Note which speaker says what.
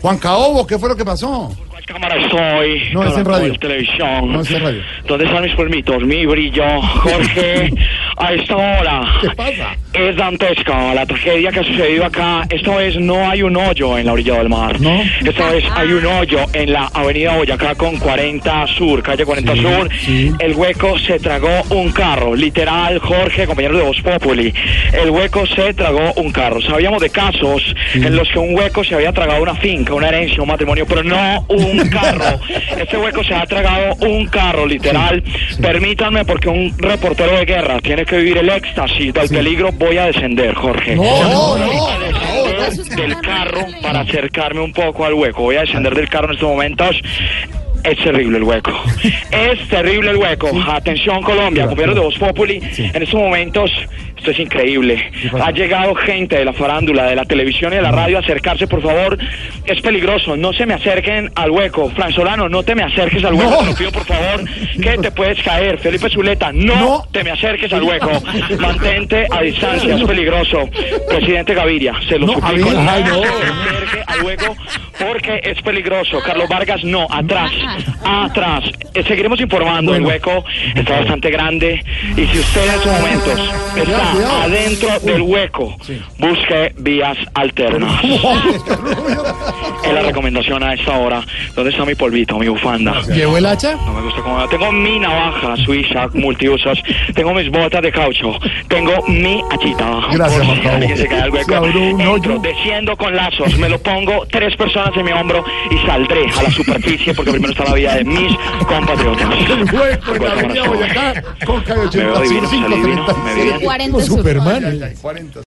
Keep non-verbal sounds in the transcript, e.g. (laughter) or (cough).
Speaker 1: Juan Caobo, ¿qué fue lo que pasó?
Speaker 2: ¿Cuál cámara soy?
Speaker 1: No, es en radio.
Speaker 2: Caracol Televisión.
Speaker 1: No, es en radio.
Speaker 2: ¿Dónde están mis permitos? Mi brillo, Jorge,
Speaker 1: (laughs)
Speaker 2: a esta hora.
Speaker 1: ¿Qué pasa?
Speaker 2: Es dantesca la tragedia que ha sucedido acá. Esta vez no hay un hoyo en la orilla del mar.
Speaker 1: No.
Speaker 2: Esta vez hay un hoyo en la avenida Boyacá con 40 Sur, calle 40 Sur.
Speaker 1: sí.
Speaker 2: El hueco se tragó un carro. Literal, Jorge, compañero de Voz Populi. El hueco se tragó un carro. Sabíamos de casos en los que un hueco se había tragado una finca, una herencia, un matrimonio, pero no
Speaker 1: (laughs)
Speaker 2: un carro. este hueco se ha tragado un carro, literal. Permítanme, porque un reportero de guerra tiene que vivir el éxtasis del peligro. Voy a descender, Jorge.
Speaker 1: Oh, No, no, no.
Speaker 2: Voy a descender del carro para acercarme un poco al hueco. Voy a descender del carro en estos momentos. Es terrible el hueco. Es terrible el hueco. Atención Colombia, compañeros de Voz Populi. En estos momentos, esto es increíble.
Speaker 1: pasa?
Speaker 2: Ha llegado gente de la farándula, de la televisión y de la radio a acercarse, por favor. Es peligroso, no se me acerquen al hueco. Fran Solano, no te me acerques al hueco.
Speaker 1: No.
Speaker 2: Te lo pido, por favor, que te puedes caer. Felipe Zuleta, no,
Speaker 1: No.
Speaker 2: te me acerques al hueco. Mantente a distancia, es peligroso. Presidente Gaviria, se lo
Speaker 1: No,
Speaker 2: suplico.
Speaker 1: Gaviria, ay, no.
Speaker 2: te me acerque al hueco porque es peligroso. Carlos Vargas, no, atrás, atrás. Eh, Seguiremos informando, el hueco está bastante grande y si usted en estos momentos está
Speaker 1: cuidado.
Speaker 2: adentro del hueco, busque vías alternas. Es la recomendación a esta hora. ¿Dónde está mi polvito, mi bufanda?
Speaker 1: ¿Llevó el hacha?
Speaker 2: No me gusta cómo Tengo mi navaja suiza multiusos, tengo mis botas de caucho, tengo mi hachita.
Speaker 1: Gracias,
Speaker 2: Por si
Speaker 1: Marco.
Speaker 2: alguien se cae al
Speaker 1: Se
Speaker 2: hueco.
Speaker 1: abrió un
Speaker 2: Entro,
Speaker 1: hoyo.
Speaker 2: desciendo con lazos, me lo pongo tres personas en mi hombro y saldré a la superficie porque primero está la vida de mis compatriotas.
Speaker 1: El hueco en Pues, la
Speaker 2: Recuerda,
Speaker 1: avenida
Speaker 2: Marco.
Speaker 1: Boyacá con calle
Speaker 2: Me veo divino, salí divino, me veo
Speaker 1: 85
Speaker 2: divino.
Speaker 1: Superman. 40.